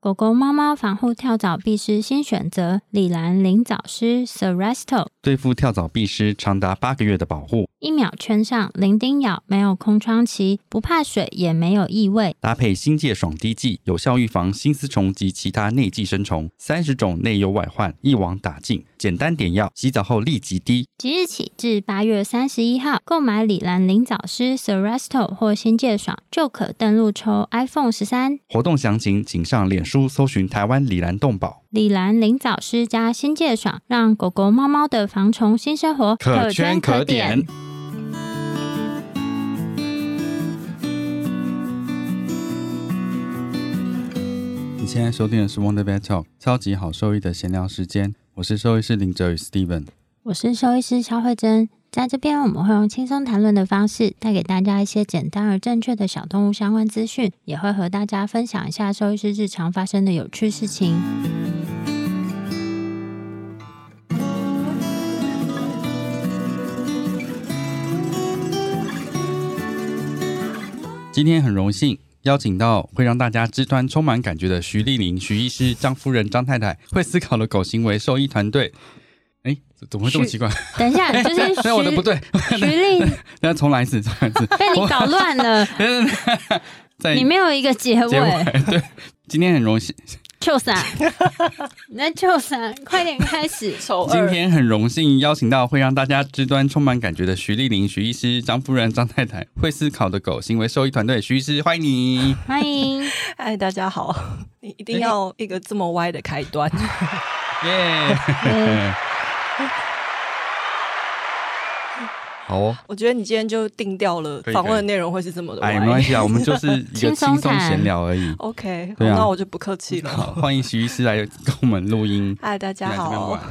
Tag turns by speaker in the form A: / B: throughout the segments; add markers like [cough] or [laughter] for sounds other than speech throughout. A: 狗狗、猫猫防护跳蚤必施新选择——李兰灵藻虱 （Seresto），
B: 对付跳蚤、蜱虱长达八个月的保护，
A: 一秒圈上，零叮咬，没有空窗期，不怕水，也没有异味。
B: 搭配新界爽滴剂，有效预防新丝虫及其他内寄生虫，三十种内忧外患一网打尽，简单点药，洗澡后立即滴。
A: 即日起至八月三十一号，购买李兰灵藻虱 （Seresto） 或新界爽，就可登录抽 iPhone 十三。
B: 活动详情请上脸书搜寻台湾李兰动保。
A: 李兰灵藻虱加新界爽，让狗狗、猫猫的防虫新生活
B: 可圈可点。你现在收听的是 Wonder Vet Talk 超级好兽医的闲聊时间，我是兽医师林哲宇 Steven。
A: 我是兽医师肖慧珍，在这边我们会用轻松谈论的方式，带给大家一些简单而正确的小动物相关资讯，也会和大家分享一下兽医师日常发生的有趣事情。
B: 今天很荣幸邀请到会让大家肢端充满感觉的徐丽玲、徐医师、张夫人、张太太，会思考的狗行为兽医团队。哎，怎么会这么
A: 徐
B: 奇 [laughs] 怪？
A: 等一下，就是
B: [laughs] 那我的不
A: 徐
B: 对，
A: 徐令
B: 那重来一次，重来一次。
A: 被你搞乱了，[laughs]
B: 在
A: 你没有一欸个结
B: 结尾
A: 尾，，
B: [laughs] 对，今天很荣幸，
A: 就啥？你在就啥？快点开始。
C: 丑
B: 今
C: 二，
B: 天很荣幸邀请到会让大家肢端充满感觉的徐丽玲、徐医师、张夫人、张太太，会思考的狗行为兽医团队，徐医师，欢迎
A: [laughs]
B: 你。
A: 欢迎，
C: 嗨，大家好！ [laughs] 你一
B: 哎
C: 定要一个这么歪的开端， [laughs]
B: 耶、
A: 嗯
B: [laughs] 好哦，
C: 我觉得你今天就定掉了
B: 可以
C: 访问的内容会是这么的
B: 哎，没关
C: 歪。
B: 系啊，我
A: [laughs]
B: 们就是一个轻
A: 轻松
B: 松
A: 谈
B: 闲聊而已。
C: [laughs] OK，好
B: 对啊
C: 那我就不客气了。
B: 好，
A: [laughs]
B: 欢迎徐医师来跟我们录音。
C: [laughs] 嗨，大家
B: 来这边玩
C: 好。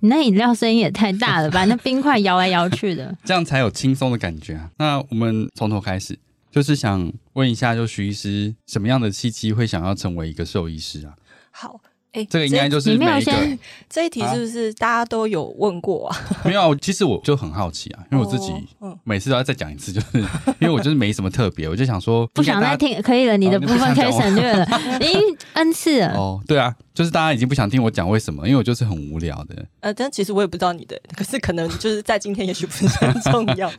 A: 你那饮料声音也太大了吧？那冰块摇来摇
B: [laughs]
A: 去的。
B: 这样才有轻松的感觉啊。那我们从头开始，就是想问一下，就徐医师什么样的契机会想要成为一个兽医师啊？
C: 好，哎，
B: 这个应该啊就是
A: 你没有
B: 每一个
A: 先
C: 这一题是不是大家都有问过啊？
B: [laughs] 没有啊。我其实我就很好奇啊，因为我自己
C: 哦嗯
B: 每次都要再讲一次，就是 [laughs] 因为我就是没什么特别，我就想说
A: 不想再
B: 应该大家
A: 听，可以了，你的
B: 哦你
A: 部
B: 不
A: 分
B: 想
A: 可以
B: 讲
A: 省略了，已经 n 次了。
B: 哦，对啊，就是大家已经不想听我讲为什么，因为我就是很无聊的。
A: 嗯
C: 呃，但其实我也不知道你的，可是可能就是在今天，也许不是很重
B: [laughs]
C: 要，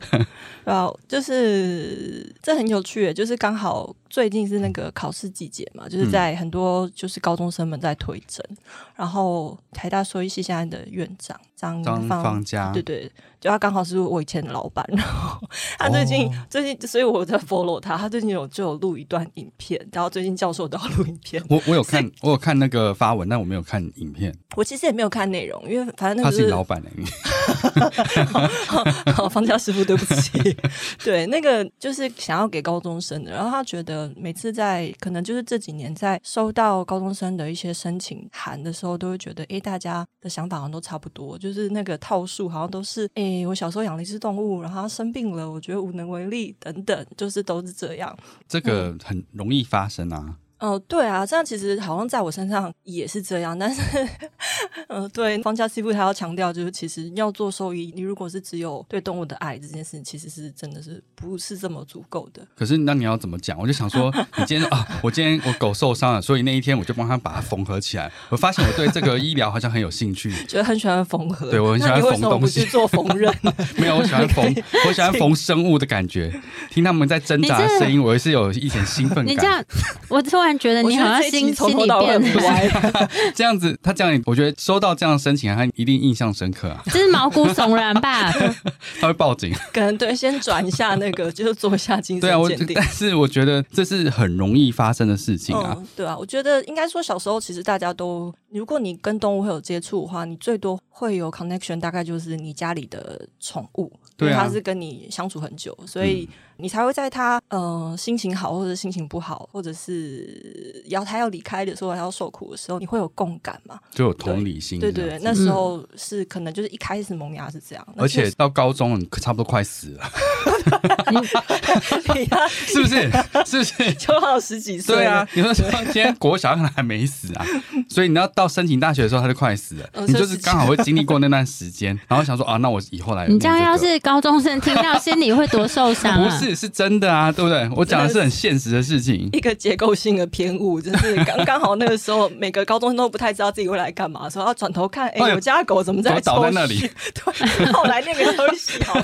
C: 对啊，就是这很有趣耶，欸就是刚好最近是那个考试季节嘛，
B: 嗯
C: 就是在很多就是高中生们在推甄，然后台大兽医系现在的院长张
B: 张
C: 方
B: 方家
C: 对对，就他刚好是我以前的老板，然后他最近、
B: 哦
C: 最近，所以我在 follow 他，他最近有就有录一段影片，然后最近教授都要录影片，
B: 我我有看，我有看那个发文，但我没有看影片。
C: 我其实也没有看内容，因为反正那
B: 他
C: 个就是是
B: 你老板哎、
C: [laughs] 好，方家师傅，对不起。对，那个就是想要给高中生的，然后他觉得每次在可能就是这几年在收到高中生的一些申请函的时候，都会觉得，诶，大家的想法好像都差不多，就是那个套数好像都是，诶，我小时候养了一只动物，然后它生病了，我觉得无能为力等等，就是都是这样。
B: 这个
C: 嗯
B: 很容易发生啊。
C: 哦、对啊，这样其实好像在我身上也是这样，但是，呃，对方家师傅他要强调，就是其实要做兽医，你如果是只有对动物的爱这件事，其实是真的是不是这么足够的。
B: 可是那你要怎么讲？我就想说，你今天啊，我今天我狗受伤了，所以那一天我就帮它把它缝合起来。我发现我对这个医疗好像很有兴趣，
C: 觉得很喜欢缝合，
B: 对我很喜欢
C: 那你为
B: 缝
C: 什么不
B: 东西
C: 去做缝纫
A: [laughs]
C: 呢？
B: 没有，我喜欢缝，我喜欢缝生物的感觉。听他们在挣扎的
A: 你这
B: 声音，我是有一点兴奋
A: 你这
B: 感。
A: 样， [laughs] 我突然觉得
C: 我
A: 你
C: 觉
A: 好
C: 得
A: 像
C: 这一集
A: 心
C: 从
A: 心
C: 头
A: 里
C: 到尾
A: 变
C: 很
A: [laughs] 了，
C: 歪， [laughs]
B: 这样子，他这样，我觉得收到这样的申请，他一定印象深刻啊，
A: 这是毛骨悚然
B: [laughs]
A: 吧？
B: 嗯他会报警。
C: 可能对，先转一下那个，就是做一下精
B: 对啊，
C: 神
B: 我
C: 鉴定
B: 但。是我觉得这是很容易发生的事情啊。
C: 嗯，对啊，我觉得应该说小时候其实大家都，如果你跟动物会有接触的话，你最多会有 connection，大概就是你家里的宠物，因
B: 对
C: 为
B: 啊嗯
C: 它是跟你相处很久，所以你才会在它呃心情好或者心情不好，或者是要它要离开的时候，它要受苦的时候，你会有共感嘛？
B: 就有同理心，
C: 对对对，。那时候是可能就是一开始萌芽是这样，
B: 嗯
C: 那
B: 而且
C: 确实
B: 到高中，你差不多快死了， [laughs]
C: [laughs] 你要
B: 是不是？ [laughs] 是不是？
C: 就好十几岁，
B: 对啊，，你说说今天国小可能还没死啊，所以你要到申请大学的时候他就快死了，
C: 哦
B: 你就
C: 所
B: 是
C: 以是
B: 刚好会经历过那段时间， [laughs] 然后想说啊，那我以后来、
A: 你这样要。是高中生听到，心里会多
B: [laughs]
A: 受伤
B: 不
A: 啊！
B: 是，是真的啊，对不对？我讲的是很现实的事
C: [laughs]
B: 情。
C: 一个结构性的偏误，就是
B: [laughs]
C: 刚刚好那个时候，每个高中生都不太知道自己未来干嘛，所以要转头看，哎、
B: 哎呦
C: 我家的狗怎么在
B: 怎么倒在
C: 抽
B: 那
C: 血 [laughs]
B: 里？
C: 对，后来那个东西
B: [laughs]
C: 好，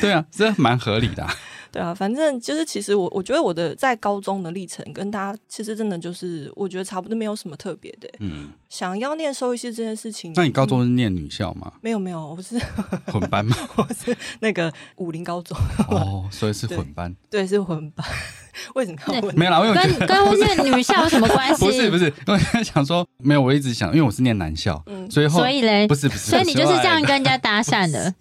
B: 对啊，这蛮合理的啊、
C: 对啊，反正就是其实我我觉得我的在高中的历程跟大家其实真的就是，我觉得差不多没有什么特别的、
B: 嗯，
C: 想要念兽医师这件事情，
B: 那你高中是念女校吗？
C: 没有 [laughs] 没有，我是
B: 混班吗？
C: 我是那个武林高中， [laughs]
B: 哦，所以是混班。
C: 对，是混班。 [laughs] 为什么要问？
B: 没有啦，因为我觉
A: 跟
B: 得
A: 跟那
B: [laughs]
A: 个女校有什么关系？
B: 不是不是，因为想说没有，我一直想，因为我是念男校，
C: 嗯
B: 所以后
A: 所以嘞
B: 不，是不是，
A: 所以你就是这样跟人家搭讪的。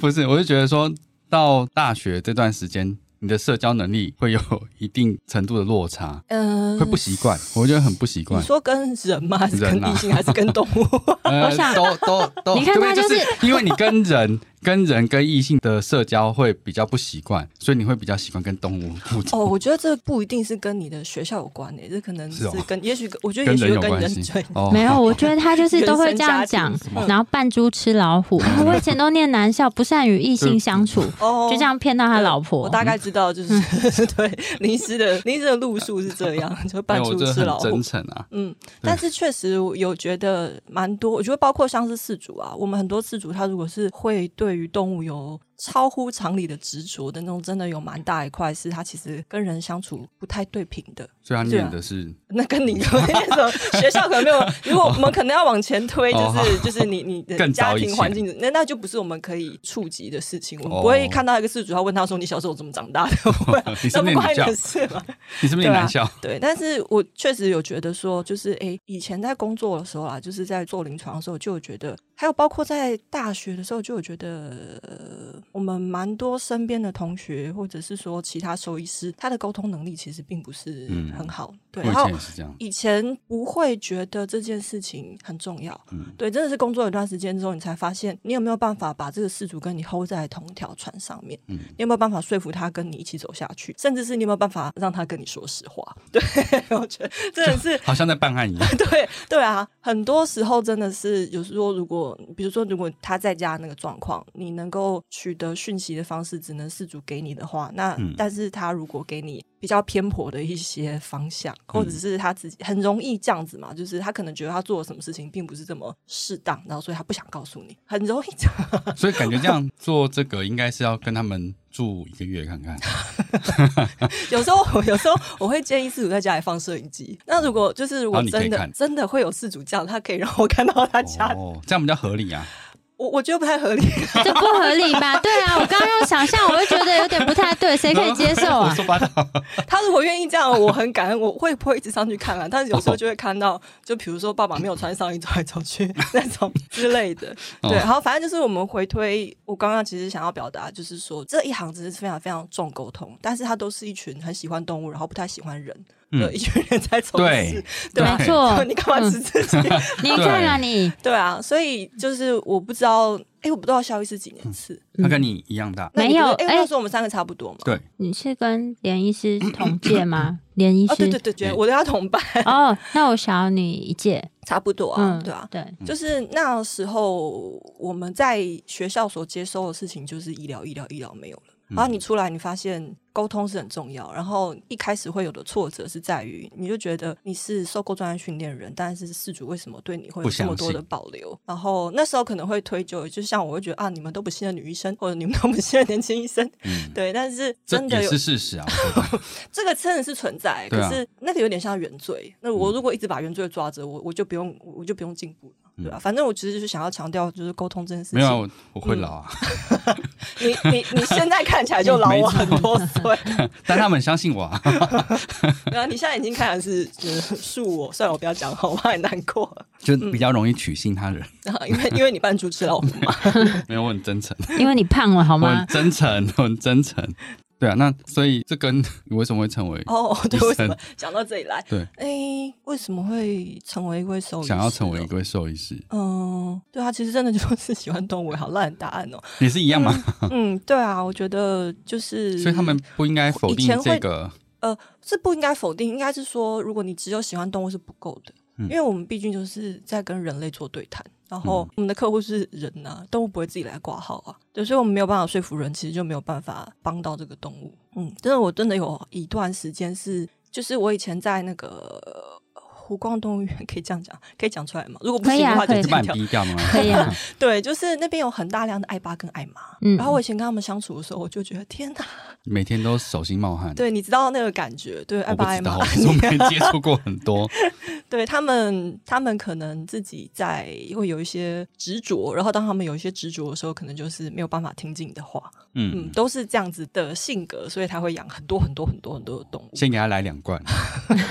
B: 不是，我就觉得说到大学这段时间，你的社交能力会有一定程度的落差，
C: 嗯、
B: 会不习惯，我觉得很不习
C: 你
B: 惯。
C: 说跟人吗？还是跟
B: 人啊
C: 异性？还是跟动物？
B: 呃
A: 我想
B: 都
C: [laughs]
B: 都都，
A: 你看他
B: 对就
A: 就是
B: 因为你跟人、跟人、跟异性的社交会比较不习惯，所以你会比较习惯跟动物互动。 [laughs]
C: 哦，我觉得这不一定是跟你的学校有关诶、这可能
B: 是
C: 是
B: 哦
C: 跟，也许我觉得
B: 跟
C: 也许
B: 人有
C: 跟
B: 关
C: 人
B: 系
C: 对
B: 哦，
A: 没有，我觉得他就是都会这样讲
C: 原生家庭是吗，
A: 然后扮猪吃老
B: [laughs]
A: 虎。我以前都念男校，不善与异性相处，
C: 哦
A: 就这样骗到他老
C: 我
A: 婆。嗯
C: 大概知道，就是 [laughs] 对临时的临时的路数是这样，就
B: 没
C: 扮
B: 有，我
C: 猪
B: 觉得
C: 吃老
B: 很
C: 虎
B: 真。诚啊。
C: 嗯，但是确实有觉得蛮多，我觉得包括像是饲主啊，我们很多饲主他如果是会对于动物有超乎常理的执着的那种，真的有蛮大一块是他其实跟人相处不太对平的。
B: 所以他
C: 对啊
B: 念的是
C: 那跟你有
B: [laughs]
C: 那种学校可能没有，如果我们可能要往前推，就
B: 哦好
C: 是就是你你的
B: 更
C: 家
B: 早以
C: 庭
B: 前
C: 环境，那那就不是我们可以触及的事情。我们
B: 哦
C: 不会看到一个事主，他问他说：“你小时候怎么长大的？”不会
B: [laughs] 你是
C: [laughs] 那
B: 念女
C: 不关你
B: 校
C: 的事嘛。 [laughs]
B: 你是不是念
C: 对啊
B: 男校？
C: 对，但是我确实有觉得说，就是诶，以前在工作的时候啦，就是在做临床的时候，就有觉得，还有包括在大学的时候，就有觉得，呃我们蛮多身边的同学，或者是说其他兽医师，他的沟通能力其实并不是
B: 嗯
C: 很好。对，啊
B: 我以
C: 然后
B: 前也是这样。
C: 以前不会觉得这件事情很重要，
B: 嗯
C: 对，真的是工作一段时间之后，你才发现你有没有办法把这个事主跟你 hold 在同一条船上面，
B: 嗯
C: 你有没有办法说服他跟你一起走下去，甚至是你有没有办法让他跟你说实话？对，我觉得真的是。
B: 好像在办案一样。
C: [laughs] 对对啊，很多时候真的是，有时候如果，比如说，如果他在家那个状况，你能够取得讯息的方式只能事主给你的话，那、
B: 嗯
C: 但是他如果给你比较偏颇的一些方向，或者
B: 嗯
C: 是他自己很容易这样子嘛，就是他可能觉得他做了什么事情并不是这么适当，然后所以他不想告诉你，很容易这样。
B: 所以感觉这样做这个应该是要跟他们住一个月看看。
C: 有时候 [laughs] 我有时候我会建议事主在家里放摄影机。那如果就是如果
B: 然后哦你可以
C: 真的
B: 看
C: 真的会有事主这样，他可以让我看到他家，
B: 哦，这样比较合理啊。
C: 我我觉得不太合理。
A: 这不合理吧？对啊，我刚刚要想象，我就觉得有点不太对，谁可以接受
B: 胡 [laughs]
A: 啊？
B: 说八道。
C: 他如果愿意这样，我很感恩，我会不会一直上去看啊？但是有时候就会看到，就比如说爸爸没有穿上衣走 [laughs] 来走去那种之类的。对，
B: 哦
C: 然后反正就是我们回推，我刚刚其实想要表达就是说，这一行真的是非常非常重沟通，但是他都是一群很喜欢动物，然后不太喜欢人的
B: 嗯
C: 一群人在从事
B: 对。
C: 对吧
A: 没错
C: [laughs] 你干嘛指自己？
A: 你看啊你，
C: 对啊，所以就是我不知道，哎，我不知道肖医师几年次。
A: 嗯
B: 他跟你一样大。
C: 那你不是
A: 没有
C: 哎，
A: 哎
C: 那时候我们三个差不多嘛。
B: 对，
A: 你是跟连医
C: [clears throat]
A: 师同届吗？连医
C: 哦，对对
A: 师
C: 对对，我都要同伴，
A: 哦，那我小你一
C: [laughs]
A: 届，
C: 差不多啊
A: 嗯，，
C: 对啊。
A: 对，
C: 就是那时候我们在学校所接收的事情就是医疗、医疗、医疗没有了。
B: 嗯
C: 然后你出来，你发现沟通是很重要。然后一开始会有的挫折是在于，你就觉得你是受过专业训练的人，但是事主为什么对你会有
B: 不
C: 这
B: 相
C: 么多
B: 信
C: 的保留？然后那时候可能会推就，就像我会觉得啊，你们都不信任女医生，或者你们都不信任年轻医生，
B: 嗯，
C: 对。但是
B: 这
C: 真的
B: 也
C: 有
B: 是事实啊。我觉得
C: [laughs] 这个真的是存在，
B: 对
C: 可
B: 啊嗯
C: 是那个有点像原罪。那我如果一直把原罪抓着，我我就不用，我就不用进步了嘛，对吧、啊反正我其实就是想要强调，就是沟通这件事
B: 嗯
C: 情。
B: 没有啊，我我会老
C: 嗯
B: 啊，
C: 你你你现在看起来就老我很多
B: [laughs]
C: 岁，
B: 但他们相信我
C: 嗯
B: 啊。
C: 然后你现在已经看的是就是恕我，算了，我不要讲好，我怕你难过。
B: 就比较容易取信他人。
C: 然后
B: [laughs]
C: 因为因为你扮猪吃老虎嘛，
B: 没有，我很真诚，
A: 因为你胖了好
B: [laughs] 我很
A: 吗？
B: 真诚，我很真诚。对啊，那所以这跟你为什么会成为 [laughs]
C: 哦，对，
B: 医
C: 为什
B: 生
C: 么讲到这里来？
B: 对，
C: 哎，为什么会成为一位兽医？
B: 想要成为一。位兽医师，
C: 嗯，对啊，其实真的就是喜欢动物，好烂的答案哦。
B: 也是一样嘛？
C: 嗯，对啊，我觉得就是，
B: 所以他们不应该否
C: 以前
B: 定
C: 会
B: 这个，
C: 呃，是不应该否定，应该是说，如果你只有喜欢动物是不够的，
B: 嗯
C: 因为我们毕竟就是在跟人类做对谈，然后我们的客户是人呐、动物不会自己来挂号啊，对，所以我们没有办法说服人，其实就没有办法帮到这个动物。嗯，真的，我真的有一段时间是，就是我以前在那个。呃湖光动物园可以这样讲，可以讲出来吗？如果不
A: 可以
C: 行的
A: 啊
C: 话，
A: 可以
C: 就
B: 就
C: 剪
B: 把你
C: 掉。
B: 逼掉吗？
A: 可以
C: [laughs]
A: 啊，
C: 对，就是那边有很大量的爱爸跟爱妈，
A: 嗯
C: 然后我以前跟他们相处的时候，我就觉得天哪，
B: [laughs] 每天都手心冒汗。，
C: 对，你知道那个感觉，对，爱
B: 我不
C: 爸爱
B: 知
C: 妈
B: 道，，
C: [laughs]
B: 可是我没接触过很多。
C: 对他们，他们可能自己在会有一些执着，然后当他们有一些执着的时候，可能就是没有办法听进你的话，嗯，
B: 嗯，
C: 都是这样子的性格，所以他会养很多很多很多很多的动物，
B: 先给他来两
C: [laughs]
B: 罐，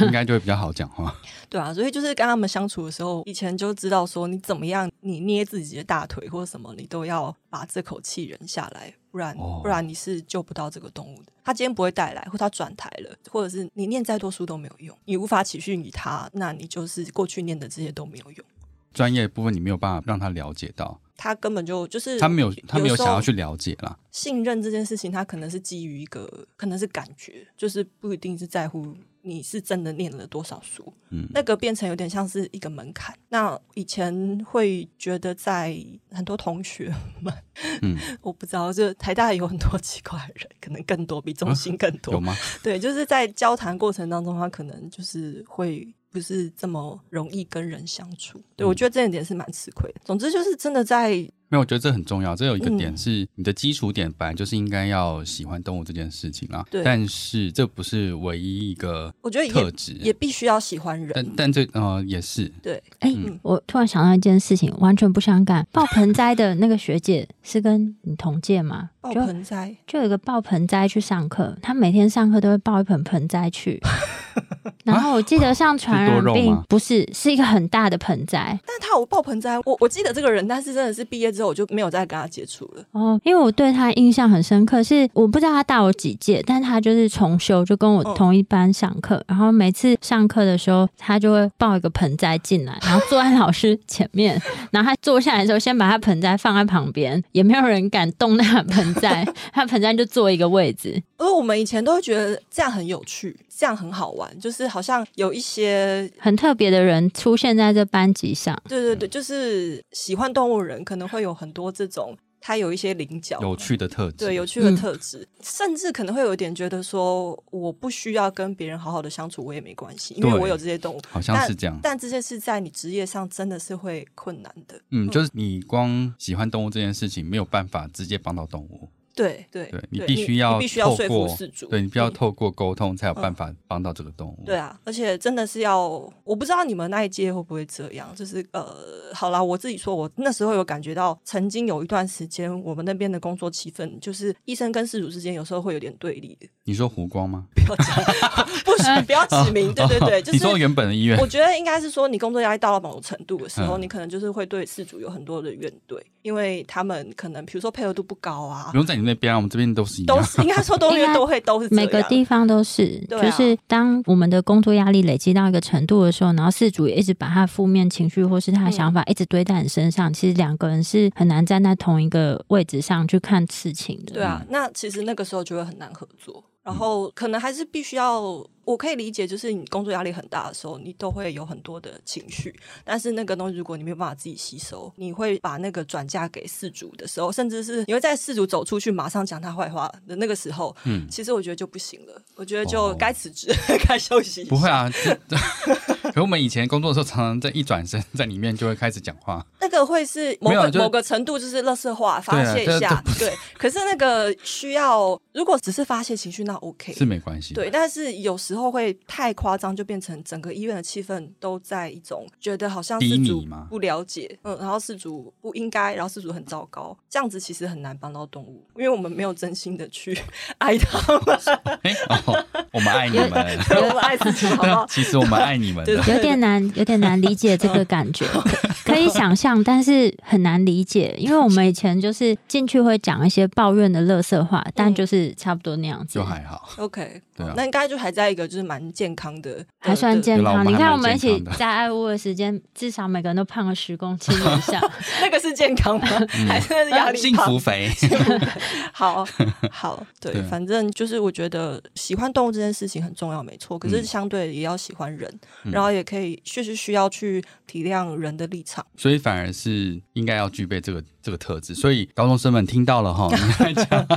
B: 应该就会比较好讲话。
C: 对啊，所以就是跟他们相处的时候，以前就知道说你怎么样，你捏自己的大腿或者什么，你都要把这口气忍下来，不然、
B: 哦
C: 不然你是救不到这个动物的。他今天不会带来，或他转台了，或者是你念再多书都没有用，你无法起训于他，那你就是过去念的这些都没有用。
B: 专业部分你没有办法让他了解到，
C: 他根本就就是
B: 他没有他没有
C: 时
B: 想
C: 候
B: 要去了解啦。
C: 信任这件事情，他可能是基于一个可能是感觉，就是不一定是在乎你是真的念了多少书，
B: 嗯
C: 那个变成有点像是一个门槛。那以前会觉得在很多同学们，
B: 嗯，
C: [laughs] 我不知道，就台大有很多奇怪的人，可能更多比中心更
B: 啊
C: 多，
B: 有吗？
C: 对，就是在交谈过程当中，他可能就是会不是这么容易跟人相处。对、
B: 嗯
C: 我觉得这一点是蛮吃亏的。总之就是真的在
B: 没有，我觉得这很重要。这有一个
C: 嗯
B: 点是，你的基础点本来就是应该要喜欢动物这件事情啦。
C: 对
B: 但是这不是唯一一个
C: 我觉得也
B: 特质
C: 也，必须要喜欢人，
B: 但但这呃也是
C: 对，
A: 哎、
C: 嗯
A: 我突然想到一件事情，完全不相干。爆盆栽的那个学姐是跟你同届吗？
C: 爆
A: 就
C: 盆栽。
A: 就有一个爆盆栽去上课，她每天上课都会抱一盆盆栽
C: [laughs]
A: 去。然后我记得像传
B: 是多
A: 染
B: 肉
A: 病
B: 吗
A: 不是是一个很大的盆栽
C: 但他有爆盆栽，我我记得这个人，但是真的是毕业之后我就没有再跟他接触了。
A: 哦，因为我对她印象很深刻，是我不知道她大我几届，但她就是重修，就跟我
C: 嗯
A: 同一班上课，然后每次上课的时候，她就会抱一个盆栽进来，然后坐在老师前面，然后她坐下来的时候，先把她盆栽放在旁边，也没有人敢动那个盆栽， [laughs] 她盆栽就坐一个位置，
C: 而我们以前都会觉得这样很有趣，这样很好玩，就是好像有一些。
A: 很特别的人出现在这班级上。
C: 对对对，
B: 嗯
C: 就是喜欢动物的人可能会有很多这种，他有一些棱角，
B: 有趣的特质。
C: 哦对有趣的
A: 嗯
C: 特质，甚至可能会有一点觉得说，我不需要跟别人好好的相处，我也没关系，因为
B: 对
C: 我有这些动物。
B: 好像是这样。
C: 但这件事在你职业上真的是会困难的。
B: 嗯，就是你光喜欢动物这件事情没有办法直接帮到动物，
C: 对对
B: 对
C: 你
B: 必须要
C: 你必须要
B: 透
C: 说服
B: 过
C: 事主，嗯
B: 对你必须要透过沟通才有办法帮到这个动物。
C: 对啊，而且真的是要，我不知道你们那一届会不会这样，就是呃，好啦，我自己说，我那时候有感觉到，曾经有一段时间，我们那边的工作气氛，就是医生跟事主之间有时候会有点对立 [laughs] 的，
B: 你说湖光吗？
C: 不许不要指名，对 [laughs]
B: [laughs]
C: 对对，就
B: 你说
C: 是。
B: 原本的医院
C: 我觉得应该是说，你工作压力到了某种程度的时候，
B: 嗯
C: 你可能就是会对事主有很多的怨怼，因为他们可能比如说配合度不高啊
B: 不，用在你那边啊，我们这边都是一
C: 都
B: 样。
C: 是应该说都
A: [laughs] 应
C: 会
A: 该
C: 都会都是这
A: 每个
C: 样
A: 地方都是，
C: 对啊
A: 就是当我们的工作压力累积到一个程度的时候，然后事主也一直把他的负面情绪或是他的想
C: 嗯
A: 法一直堆在你身上，其实两个人是很难站在同一个位置上去看事情的。
C: 对
B: 嗯
C: 啊，那其实那个时候就会很难合作，然后可能还是必须要，我可以理解，就是你工作压力很大的时候，你都会有很多的情绪，但是那个东西如果你没有办法自己吸收，你会把那个转嫁给事主的时候，甚至是你会在事主走出去马上讲他坏话的那个时候，嗯，其实我觉得就不行了，我觉得就
B: 哦
C: 该辞职， [laughs] 该休息。
B: [laughs] 不会，啊，这可我们以前工作的时候，常常在一转身在里面就会开始讲话。
C: 那个会是某
B: 没有啊
C: 个
B: 就是
C: 某个程度就是垃圾化发
B: 对啊
C: 泄
B: 这
C: 一下，对。可是那个需要，如果只是发泄情绪，那
B: [laughs]
C: OK
B: 是没关系的。
C: 对，但是有时候会太夸张，就变成整个医院的气氛都在一种觉得好像
B: 低
C: 事
B: 迷
C: 主
B: 吗
C: 不了解，嗯，然后事主不应该，然后事主很糟糕，这样子其实很难帮到动物，因为我们没有真心的去 [laughs] 爱他们，
B: 哎、哦，我们爱你们。？
C: [laughs] 我们爱自己，好不好 [laughs]
B: 其实我们爱你们
C: 对
B: 的。
A: 有点
C: [laughs]
A: 难，有点难理解这个感觉，可可以想象，但是
C: 嗯
A: 很难理解，因为我们以前就是进去会讲一些抱怨的乐色话，但就是是差不多那样子
B: 就。还好，
C: OK，
B: 对啊
C: 那应该就还在一个就是蛮健康的，
A: 还算健
B: 对啦我
A: 康，
B: 们
A: 你
B: 还
A: 看
B: 蛮
A: 我们一
B: 健
A: 起
B: 康的
A: 在爱屋的时间，至少每个人都胖了十公斤以上。
C: 康，那个是健康吗？还是那是压力
B: 嗯啊幸
C: 胖
B: 福肥， [laughs]
C: [laughs] 好好，对，
B: 对
C: 反正就是我觉得喜欢动物这件事情很重要，没错。可是
B: 嗯
C: 相对也要喜欢人，
B: 嗯
C: 然后也可以确实需要去体谅人的立场。
B: 所以反而是应该要具备这个这个特质。所以高中生们听到了哈，
C: [laughs]
B: 你在讲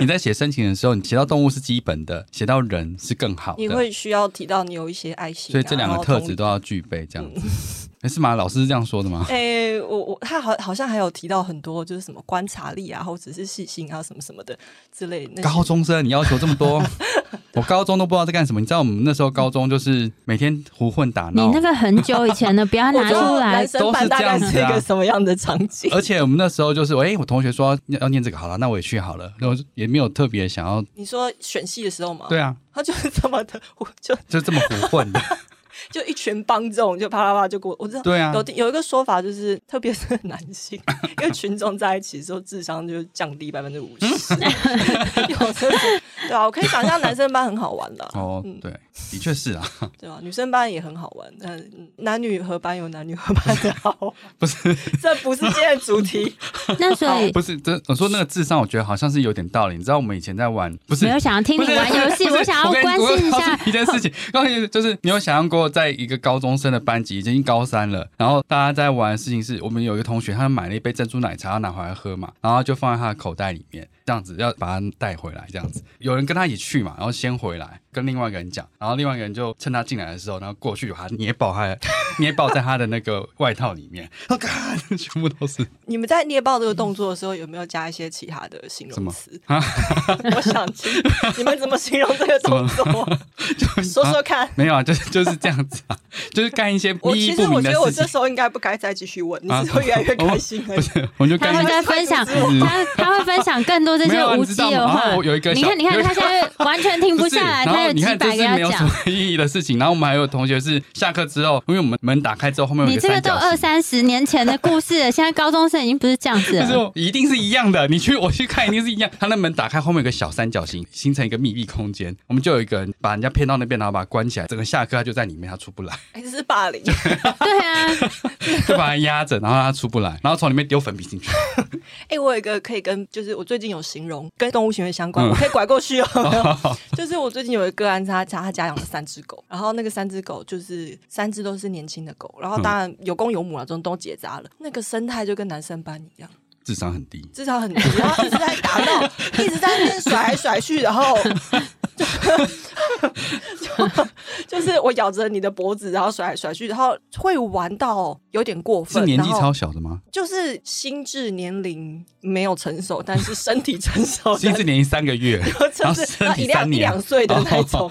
B: 你在写申请的时候，你写到动物是基本的，写到人是更好
C: 你
B: 的。
C: 会需要提到你有一些爱心啊、
B: 所以这两个
C: 然后
B: 特
C: 同嗯
B: 质都要具备，这样子。诶是吗？老师是这样说的吗？
C: 诶、我我他好好像还有提到很多，就是什么观察力啊，或者是细心啊，什么什么的之类的那些。
B: 高中生你要求这
A: [laughs]
B: 么多，我高中都不知道在干什么。你知道我们那时候高中就是每天胡混打
A: 你
B: 闹
A: 那，个很久以前
B: [laughs]
A: 的，不要拿
C: 我觉
A: 出
C: 得
A: 来
C: 男。生版大概
B: 都是
C: 是
B: 这
C: 一
B: 样子啊
C: 个什么样的场景？
B: 而且我们那时候就是，诶，我同学说要要念这个，好了，那我也去好了，然后就也没有特别想要，
C: 你说选戏的时候嘛，
B: 对啊，
C: 他就是这么的，我就
B: 就这么胡混的，
C: 就一群帮众就啪啪啪就过，我知道。
B: [laughs] 对啊
A: [laughs]
C: 有，有一个说法就是，特别是男性，因为群众在一起的时候，智商就降低百分之五
B: [laughs]
C: 十。有这种对啊，我可以想象男生班很好玩的啊、
B: 哦，
A: 嗯
B: 对，的确是啊。
C: 对吧、女生班也很好玩，但男女合班有男女合班的好玩，
B: [laughs] 不是，
C: 这不是今天的主题。
A: 那所以
B: 不是，这我说那个智商，我觉得好像是有点道理。你知道我们以前在玩，不是
A: 没有想要听
B: 不
A: 你
B: 是
A: 玩游戏，
B: 不是
A: 想要
B: 跟
A: 关
B: 我
A: 心一
B: 告诉
A: 下。
B: 你一件事情。 [laughs] 告诉你就是，你有想象过，在一个高中生的班级，已经高三了，然后大家在玩的事情是，我们有一个同学，他买了一杯珍珠奶茶，要拿回来喝嘛，然后就放在他的口袋里面，这样子要把它带回来，这样子。有人跟他一起去嘛，然后先回来，跟另外一个人讲，然后另外一个人就趁他进来的时候，然后过去把他捏爆他， [laughs] 捏爆在他的那个外套里面，我看，全部都是。
C: 你们在捏爆这个动作的时候，有没有加一些其他的形
B: 什
C: 容
B: 么啊
C: 词？我想听你们怎么形容这个动作，
B: [laughs]
C: 说说看。
B: 没有啊，就是就是这样子啊，就是干一些
C: 我
B: 意
C: 其
B: 义
C: 实
B: 不
C: 我
B: 明
C: 觉
B: 的
C: 得我
B: 事
C: 这
B: 情。
C: 时候应该不该再继续问，你
B: 啊
C: 只会越
B: [laughs]
C: 来越开心
B: 不
C: 而已。
B: 是，我们就
A: 他
B: 干
A: 会在分
B: 一些
A: 享，
B: 是
A: 他他会分享更多这
B: 没
A: 些
B: 有啊
A: 无
B: 你知
A: 稽
B: 道吗
A: 的
B: 然
A: 话
B: 后。有一个
A: 你
B: 小
A: 看，你看，
B: 有一个
A: 他现在完全停
B: 不
A: 不
B: 是
A: 下来，
B: 然
A: 他
B: 后
A: 有
B: 你
A: 几
B: 看，这
A: 百个
B: 是没
A: 要
B: 有什
A: 讲
B: 么。意义的事情。然后我们还有同学是下课之后，因为我们门打开之后，后面有一
A: 你这
B: 个
A: 个
B: 三
A: 都
B: 角
A: 二
B: 形。
A: 三十年前的故事了，现在高中生已经不是这样子
B: [laughs] 就
A: 了。
B: 是一定是一样的，你去我去看一定是一样。他那门打开后面有个小三角形，形成一个密闭空间。我们就有一个人把人家骗到那边，然后把他关起来，整个下课他就在里面，他出不来， [laughs]
C: 哎这是霸凌， [laughs]
A: 对啊，。
B: 就把他压着，然后他出不来，然后从里面丢粉笔进去。
C: 哎、我有一个可以跟，就是我最近有形容跟动物行为相关，
B: 嗯
C: 我可以拐过去
B: [laughs]
C: 哦。就是我最近有一个案子，他家他家养了三只狗，然后那个三只狗就是三只都是年轻的狗，
B: 嗯
C: 然后当然有公有母啊，这种都结扎了，那个生态就跟男生班一样，
B: 智商很低，
C: 至少很低，然后一直在打闹，一直在那边甩来甩去，然后就就就是我咬着你的脖子，然后甩来甩去，然后会玩到有点过分，
B: 是年纪
C: 然后
B: 超小的吗？
C: 就是心智年龄没有成熟，但是身体成熟
B: [laughs]
C: 的，
B: 心智年龄三个
C: [laughs]
B: 月，然
C: 就
B: 后
C: 是
B: 身
C: 然后
B: 体
C: 一
B: 三
C: 两一
B: 年哦
C: 两岁的那一种，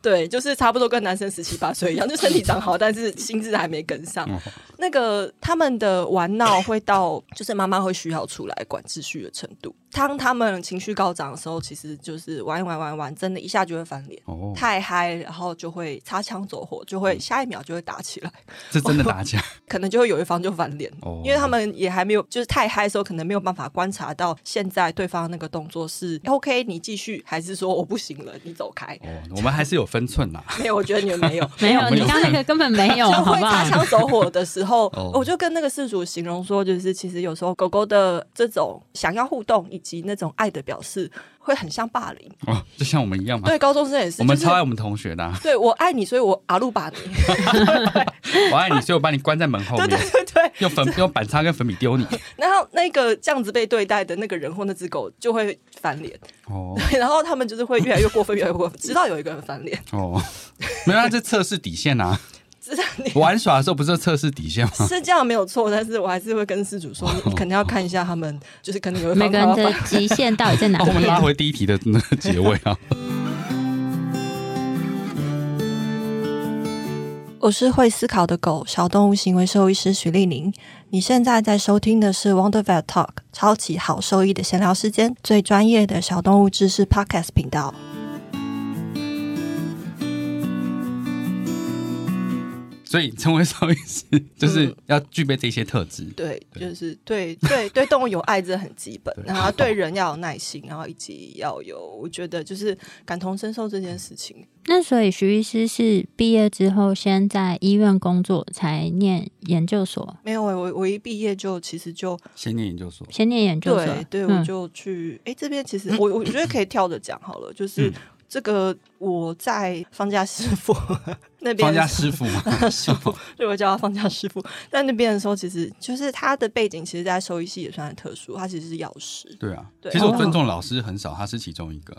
C: 对，就是差不多跟男生十七八岁一样，就身体长好，但是心智还没跟
B: 哦
C: 上。那个他们的玩闹会到，就是妈妈会需要出来管秩序的程度。当他们情绪高涨的时候，其实就是玩一玩玩一玩，真的一下就会翻脸。
B: 哦，
C: 太嗨，然后就会擦枪走火，就
B: 嗯
C: 会下一秒就会打起来。
B: 这真
C: 哦
B: 的打架
C: 可能就会有一方就翻脸，
B: 哦
C: 因为他们也还没有就是太嗨的时候，可能没有办法观察到现在对方那个动作是 OK，你继续，还是说我不行了，你走开？
B: 哦，我们还是有分寸啦。
C: 没有，我觉得你们
B: [laughs]
C: 没有
A: 没有，你刚那个根本没有，
C: 就
A: 好
C: 会
A: 不好？
C: 擦枪走火的时候
B: [laughs] 哦，
C: 我就跟那个事主形容说，就是其实有时候狗狗的这种想要互动以及那种爱的表示，会很像霸凌。
B: 哦，就像我们一样嘛，
C: 对，高中生也是，
B: 我们
C: 就是
B: 超爱我们同学的啊、
C: 对我爱你，所以我阿鲁巴你，
B: 我爱你，所以我把你关在门后
C: 对
B: 面
C: 对，对 [laughs] 对，
B: [laughs] 用粉用板擦跟粉笔
C: [laughs]
B: 丢你。
C: 然后那个这样子被对待的那个人或那只狗就会翻脸，
B: 哦
C: 对， [laughs] 然后他们就是会越来越过分，越来越过分， [laughs] 直到有一个人翻脸， [laughs]
B: 哦，没有啊，这测试底线啊！
C: 直到你
B: 玩耍的时候不是测试底
C: [laughs]
B: 线吗？
C: 是这样没有错，但是我还是会跟事主说，你你肯定要看一下他们，就是可能有一
A: 每
C: 方
A: 个人
C: 他
A: 的
C: 们
A: 极限到底在哪
B: [laughs] 哦，我们拉
A: 边？
B: 回第一题的那个结尾啊。 [laughs]
C: 我是会思考的狗，小动物行为兽医师许丽玲。你现在在收听的是 Wonder Vet Talk，超级好兽医的闲聊时间，最专业的小动物知识 Podcast 频道。
B: 所以成为兽医师
C: 嗯
B: 就是要具备这些特质。
C: 对，
B: 对
C: 就是对对对动物有爱，这很基本
B: 对。
C: 然后对人要有耐心，然后以及要有，我觉得就是感同身受这件事情。
A: 那所以徐医师是毕业之后先在医院工作，才念研究所，
C: 没有欸、我我一毕业就其实就
B: 先念研究
C: [laughs]
B: 所，
A: 先念研究所。
C: 对对，
A: 嗯
C: 我就去哎、这边其实我我觉得可以跳着讲好了，就是。这个我在放假师傅 [laughs] 那边
B: 放假师傅嘛，
C: [laughs] 师傅，所以我叫他放假师傅。在那边的时候，其实就是他的背景，其实，在兽医系也算很特殊，他其实是药师， [laughs]
B: 对啊。
C: 对哦
B: 其实我尊重老师很少，他是其中一个。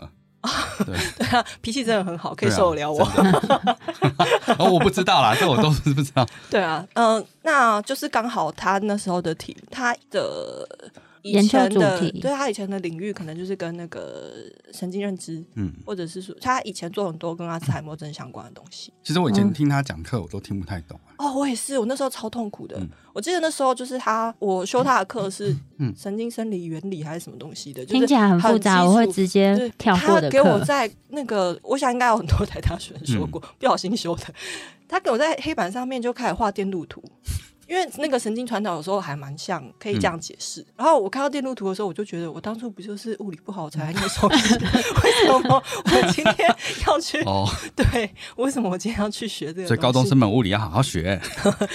B: 对，
C: 对啊，脾气真的很 [laughs] 好，可以
B: 对啊
C: 受得了我。
B: [laughs] 哦，我不知道啦，这我都是不知道。
C: [laughs] 对啊，嗯、那就是刚好他那时候的题，他的以
A: 研究
C: 前
A: 主
C: 的
A: 题
C: 对他以前的领域，可能就是跟那个神经认知，
B: 嗯，
C: 或者是说他以前做很多跟阿兹海默症相关的东西。
B: 其实我以前听他讲课，我都听不太懂。啊
C: 哦，我也是，我那时候超痛苦的。
B: 嗯
C: 我记得那时候就是他，我修他的课是
B: 嗯
C: 神经生理原理还是什么东西的，就是
A: 听起来很复杂，
C: 基础
A: 我会直接
C: 对
A: 跳过的
C: 他给我
A: 课。
C: 在那个，我想应该有很多台大学生说过，
B: 嗯
C: 不小心修的。他给我在黑板上面就开始画电路图，因为那个神经传导有时候还蛮像，可以这
B: 嗯
C: 样解释。然后我看到电路图的时候，我就觉得我当初不就是物理不好才来念兽医？ [laughs] 为什么我今天要去？
B: 哦，
C: 对，为什么我今天要去学这个？
B: 所以高中生们物理要好好学。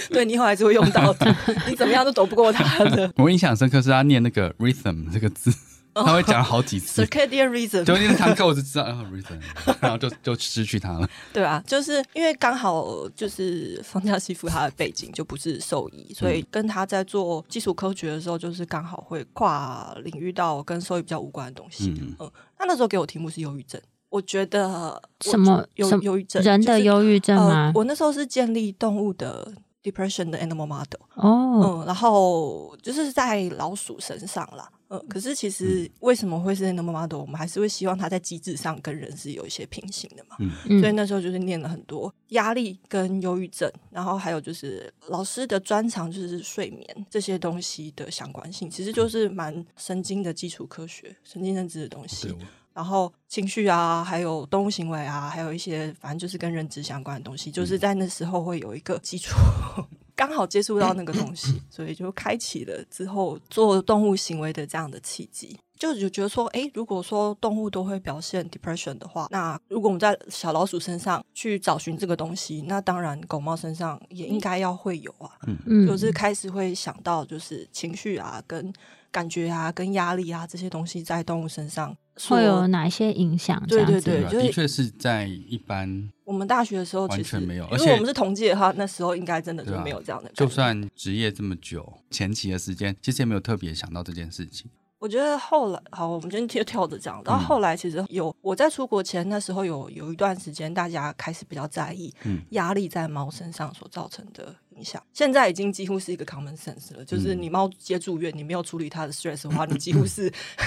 C: 对你以后还是会用到
B: [laughs]
C: 的，你怎么样都躲不过他的
B: 我印象很深刻是他念那个 rhythm 这个字，
C: 哦
B: 他会讲好几
C: [laughs]
B: 次。
C: circadian reason。
B: 就那堂课我就知道啊 rhythm，然后就就失去他了。
C: 对啊，就是因为刚好就是方家西夫他的背景就不是兽医，所
B: 嗯
C: 以跟他在做基础科学的时候，就是刚好会跨领域到跟兽医比较无关的东西。
B: 嗯
C: 嗯，他那时候给我题目是忧郁症，我觉得我
A: 什么
C: 有
A: 什么
C: 忧郁症，
A: 人
C: 就
A: 的
C: 是
A: 忧郁症吗
C: 呃？？我那时候是建立动物的 depression 的 animal model，
A: 哦，
C: 嗯，然后就是在老鼠身上啦。嗯，可是其实为什么会是 animal model？我们还是会希望它在机制上跟人是有一些平行的嘛。所以
A: 嗯，
C: 那时候就是念了很多压力跟忧郁症，然后还有就是老师的专长就是睡眠这些东西的相关性，其实就是蛮神经的基础科学、神经认知的东
B: 对
C: 西，
B: 我
C: 然后情绪啊，还有动物行为啊，还有一些反正就是跟认知相关的东西，
A: 嗯
C: 就是在那时候会有一个基础。 [laughs] 刚好接触到那个东西，所以就开启了之后做动物行为的这样的契机。就就觉得说，诶，如果说动物都会表现 depression 的话，那如果我们在小老鼠身上去找寻这个东西，那当然狗猫身上也应该要会有啊。
A: 嗯
C: 就是开始会想到，就是情绪啊、跟感觉啊、跟压力啊这些东西在动物身上所
A: 会有哪些影响？这
C: 对
A: 样子
C: 对对
B: 啊
C: 就是
B: 的确是在一般，
C: 我们大学的时候其
B: 完
C: 实
B: 全没有而
C: 因
B: 且
C: 为我们是同届的话，那时候应该真的就
B: 对啊
C: 没有这样的感觉。
B: 就算职业这么久，前期的时间其实也没有特别想到这件事情。
C: 我觉得后来好，我们今天跳着讲，
B: 嗯
C: 然后后来其实有我在出国前那时候有有一段时间，大家开始比较在意
B: 嗯
C: 压力在猫身上所造成的影响。现在已经几乎是一个 common sense 了，就是
B: 嗯
C: 你猫接住院，你没有处理它的 stress 的话，你几乎是 [laughs]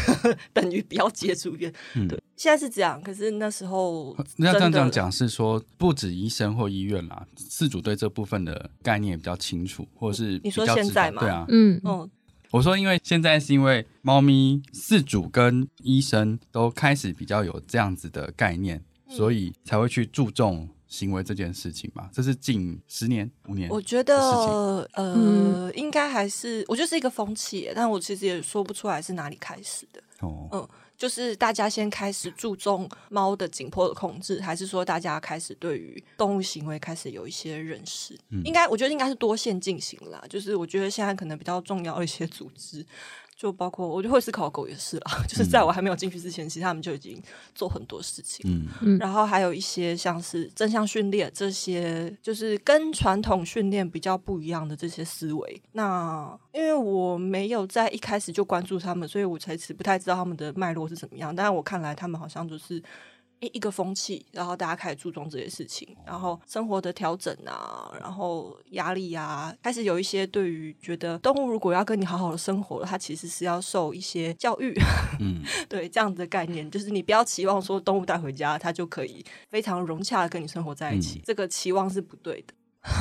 C: 等于不要接住院。对，现在是这样，可是那时候
B: 嗯那要这样
C: 真的
B: 这样讲是说，不止医生或医院啦，饲主对这部分的概念也比较清楚，或者是
C: 你说
B: 比较知道
C: 现在吗
B: 对啊，
A: 嗯，
C: 嗯，
B: 我说，因为现在是因为猫咪饲主跟医生都开始比较有这样子的概念，
C: 嗯
B: 所以才会去注重行为这件事情嘛。这是近十年、五年，哦
C: 我觉
B: 的事情
C: 得呃，
A: 嗯
C: 应该还是我觉得是一个风气耶，但我其实也说不出来是哪里开始的。
B: 哦，
C: 嗯就是大家先开始注重猫的紧迫的控制，还是说大家开始对于动物行为开始有一些认识？
B: 嗯
C: 应该我觉得应该是多线进行啦。就是我觉得现在可能比较重要的一些组织，就包括我觉得会思考狗也是啦，就是在我还没有进去之前，其实他们就已经做很多事情。
B: 嗯，
C: 然后还有一些像是正向训练这些，就是跟传统训练比较不一样的这些思维。那因为我没有在一开始就关注他们，所以我才不太知道他们的脉络是怎么样。但我看来，他们好像就是。一一个风气，然后大家开始注重这些事情，然后生活的调整啊，然后压力啊，开始有一些对于觉得动物如果要跟你好好的生活了，它其实是要受一些教育，
B: 嗯
C: 对这样子的概念，就是你不要期望
B: 嗯
C: 说动物带回家它就可以非常融洽的跟你生活在一起，这个期望是不对的。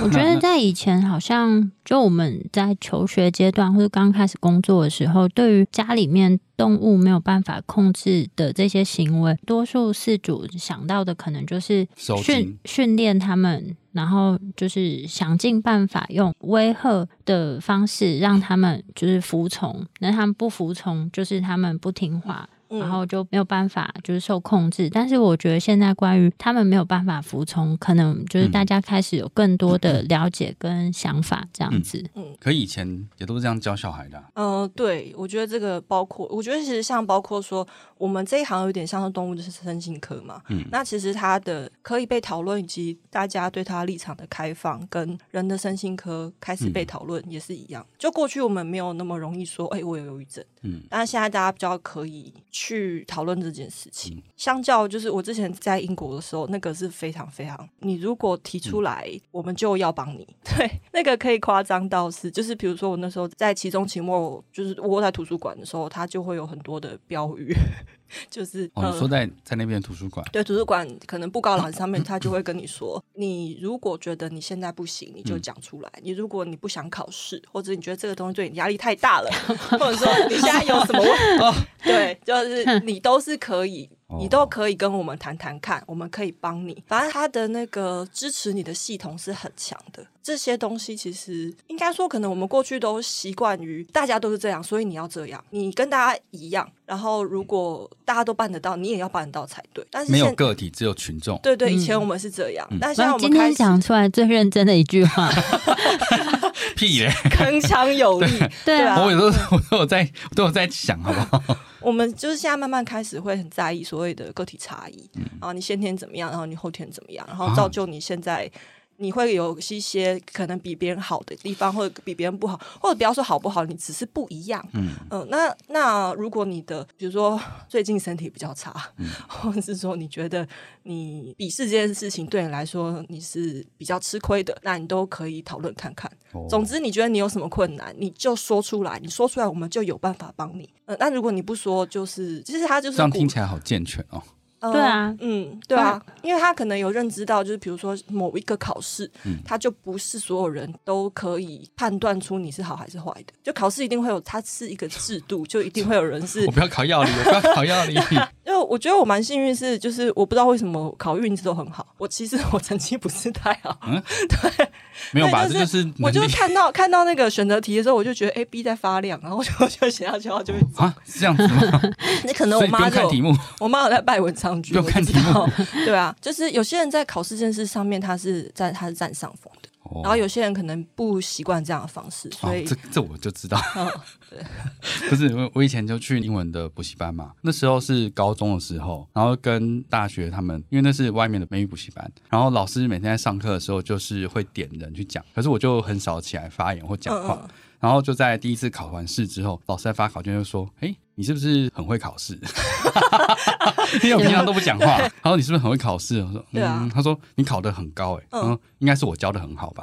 A: 我觉得在以前，好像就我们在求学阶段或者刚开始工作的时候，对于家里面动物没有办法控制的这些行为，多数饲主想到的可能就是
B: 手
A: 训
B: 机
A: 训练他们，然后就是想尽办法用威吓的方式让他们就是服从。那他们不服从，就是他们不听话，
C: 嗯
A: 然后就没有办法就是受控制。但是我觉得现在关于他们没有办法服从，可能就是
B: 嗯
A: 大家开始有更多的了解跟想法，这
B: 嗯
A: 样子。
B: 可以前也都是这样教小孩的啊、
C: 嗯、对，我觉得这个包括，我觉得其实像包括说，我们这一行有点像是动物的身心科嘛。
B: 嗯
C: 那其实它的可以被讨论，以及大家对它立场的开放，跟人的身心科开始被
B: 嗯
C: 讨论也是一样。就过去我们没有那么容易说，哎、我有忧郁症。
B: 嗯，
C: 但现在大家比较可以去讨论这件事情。
B: 嗯
C: 相较就是我之前在英国的时候，那个是非常非常，你如果提
B: 嗯
C: 出来，我们就要帮你。 [laughs] 对，那个可以夸张到是，就是比如说我那时候在期中、期末，就是窝在图书馆的时候，它就会有很多的标语， [laughs] 就是
B: 哦，你
C: 呃
B: 说在在那边的图书馆，
C: 对，图书馆可能布告栏上面，他就会跟你说，你如果觉得你现在不行，你就讲出来；你如果你不想考试，或者你觉得这个东西对你压力太大了，或者说你现在有什么问题，对，就是你都是可以，你都可以跟我们谈谈看，我们可以帮你。反正他的那个支持你的系统是很强的。这些东西其实应该说，可能我们过去都习惯于大家都是这样，所以你要这样，你跟大家一样。然后如果大家都办得到，你也要办得到才对。但是
B: 没有
C: 现
B: 个体，只有群众。
C: 对对，
A: 嗯
C: 以前我们是这样，但现在
A: 那
C: 我
A: 今
C: 们开
A: 天
C: 始
A: 讲出来最认真的一句
C: [laughs]
A: 话，
B: 屁嘞！
C: 铿锵有力。
A: 对
C: 对啊
A: 啊，
B: 我有时候我都有在，我都有在想，好不好？
C: 我们就是现在慢慢开始会很在意所谓的个体差异，然后你先天怎么样，然后你后天怎么样，然后造就你现在。你会有一些可能比别人好的地方，或者比别人不好，或者不要说好不好，你只是不一样。
B: 嗯
C: 嗯，那那如果你的比如说最近身体比较差， [laughs] 或者是说你觉得你鄙视这件事情对你来说你是比较吃亏的，那你都可以讨论看看。
B: 哦
C: 总之，你觉得你有什么困难，你就说出来，你说出来，我们就有办法帮你。呃，那如果你不说，就是其实他就是
B: 这样
C: 鼓
B: 听起来好健全哦。
C: 呃
A: 对啊
C: 嗯，对啊，因为他可能有认知到，就是比如说某一个考试，
B: 嗯
C: 他就不是所有人都可以判断出你是好还是坏的。就考试一定会有，它是一个制度，就一定会有人
B: [laughs]
C: 是
B: 我不要考药理，我不要考药
C: [laughs]
B: 理。
C: 因为我觉得我蛮幸运，是就是我不知道为什么考运气都很好。我其实我成绩不是太好，
B: 没有吧？
C: 对
B: 这
C: 就
B: 就是嗯是能力
C: 我就看到看到那个选择题的时候，我就觉得哎 B 在发亮，然后我就 [laughs] 我就写下去，然后就会。
B: 啊，是这样子吗？
C: 那可
B: 所
C: 能我
B: 以不用
C: 妈
B: 看
C: 就
B: 题目，
C: [laughs] 我妈有在拜文昌居，
B: 不
C: 我
B: 用看
C: 知
B: 题目
C: 道。对啊，就是有些人在考试这件事上面，他是占他是占上风的，然后有些人可能不习惯这样的方式，哦所
B: 哦
C: 以哦
B: 哦、这这我就知道， [laughs] 不是我我以前就去英文的补习班嘛，那时候是高中的时候，然后跟大学他们，因为那是外面的美语补习班，然后老师每天在上课的时候就是会点人去讲，可是我就很少起来发言或讲话。
C: 嗯
B: 然后就在第一次考完试之后，老师在发考卷就说：“哎，你是不是很会考试？ [laughs]
C: [laughs]
B: 因为我平常都不讲话。”然后你是不是很会考试？我说：“
C: 对啊
B: 嗯。”他说：“你考得很高哎、欸。”嗯，应该是我教的很好吧？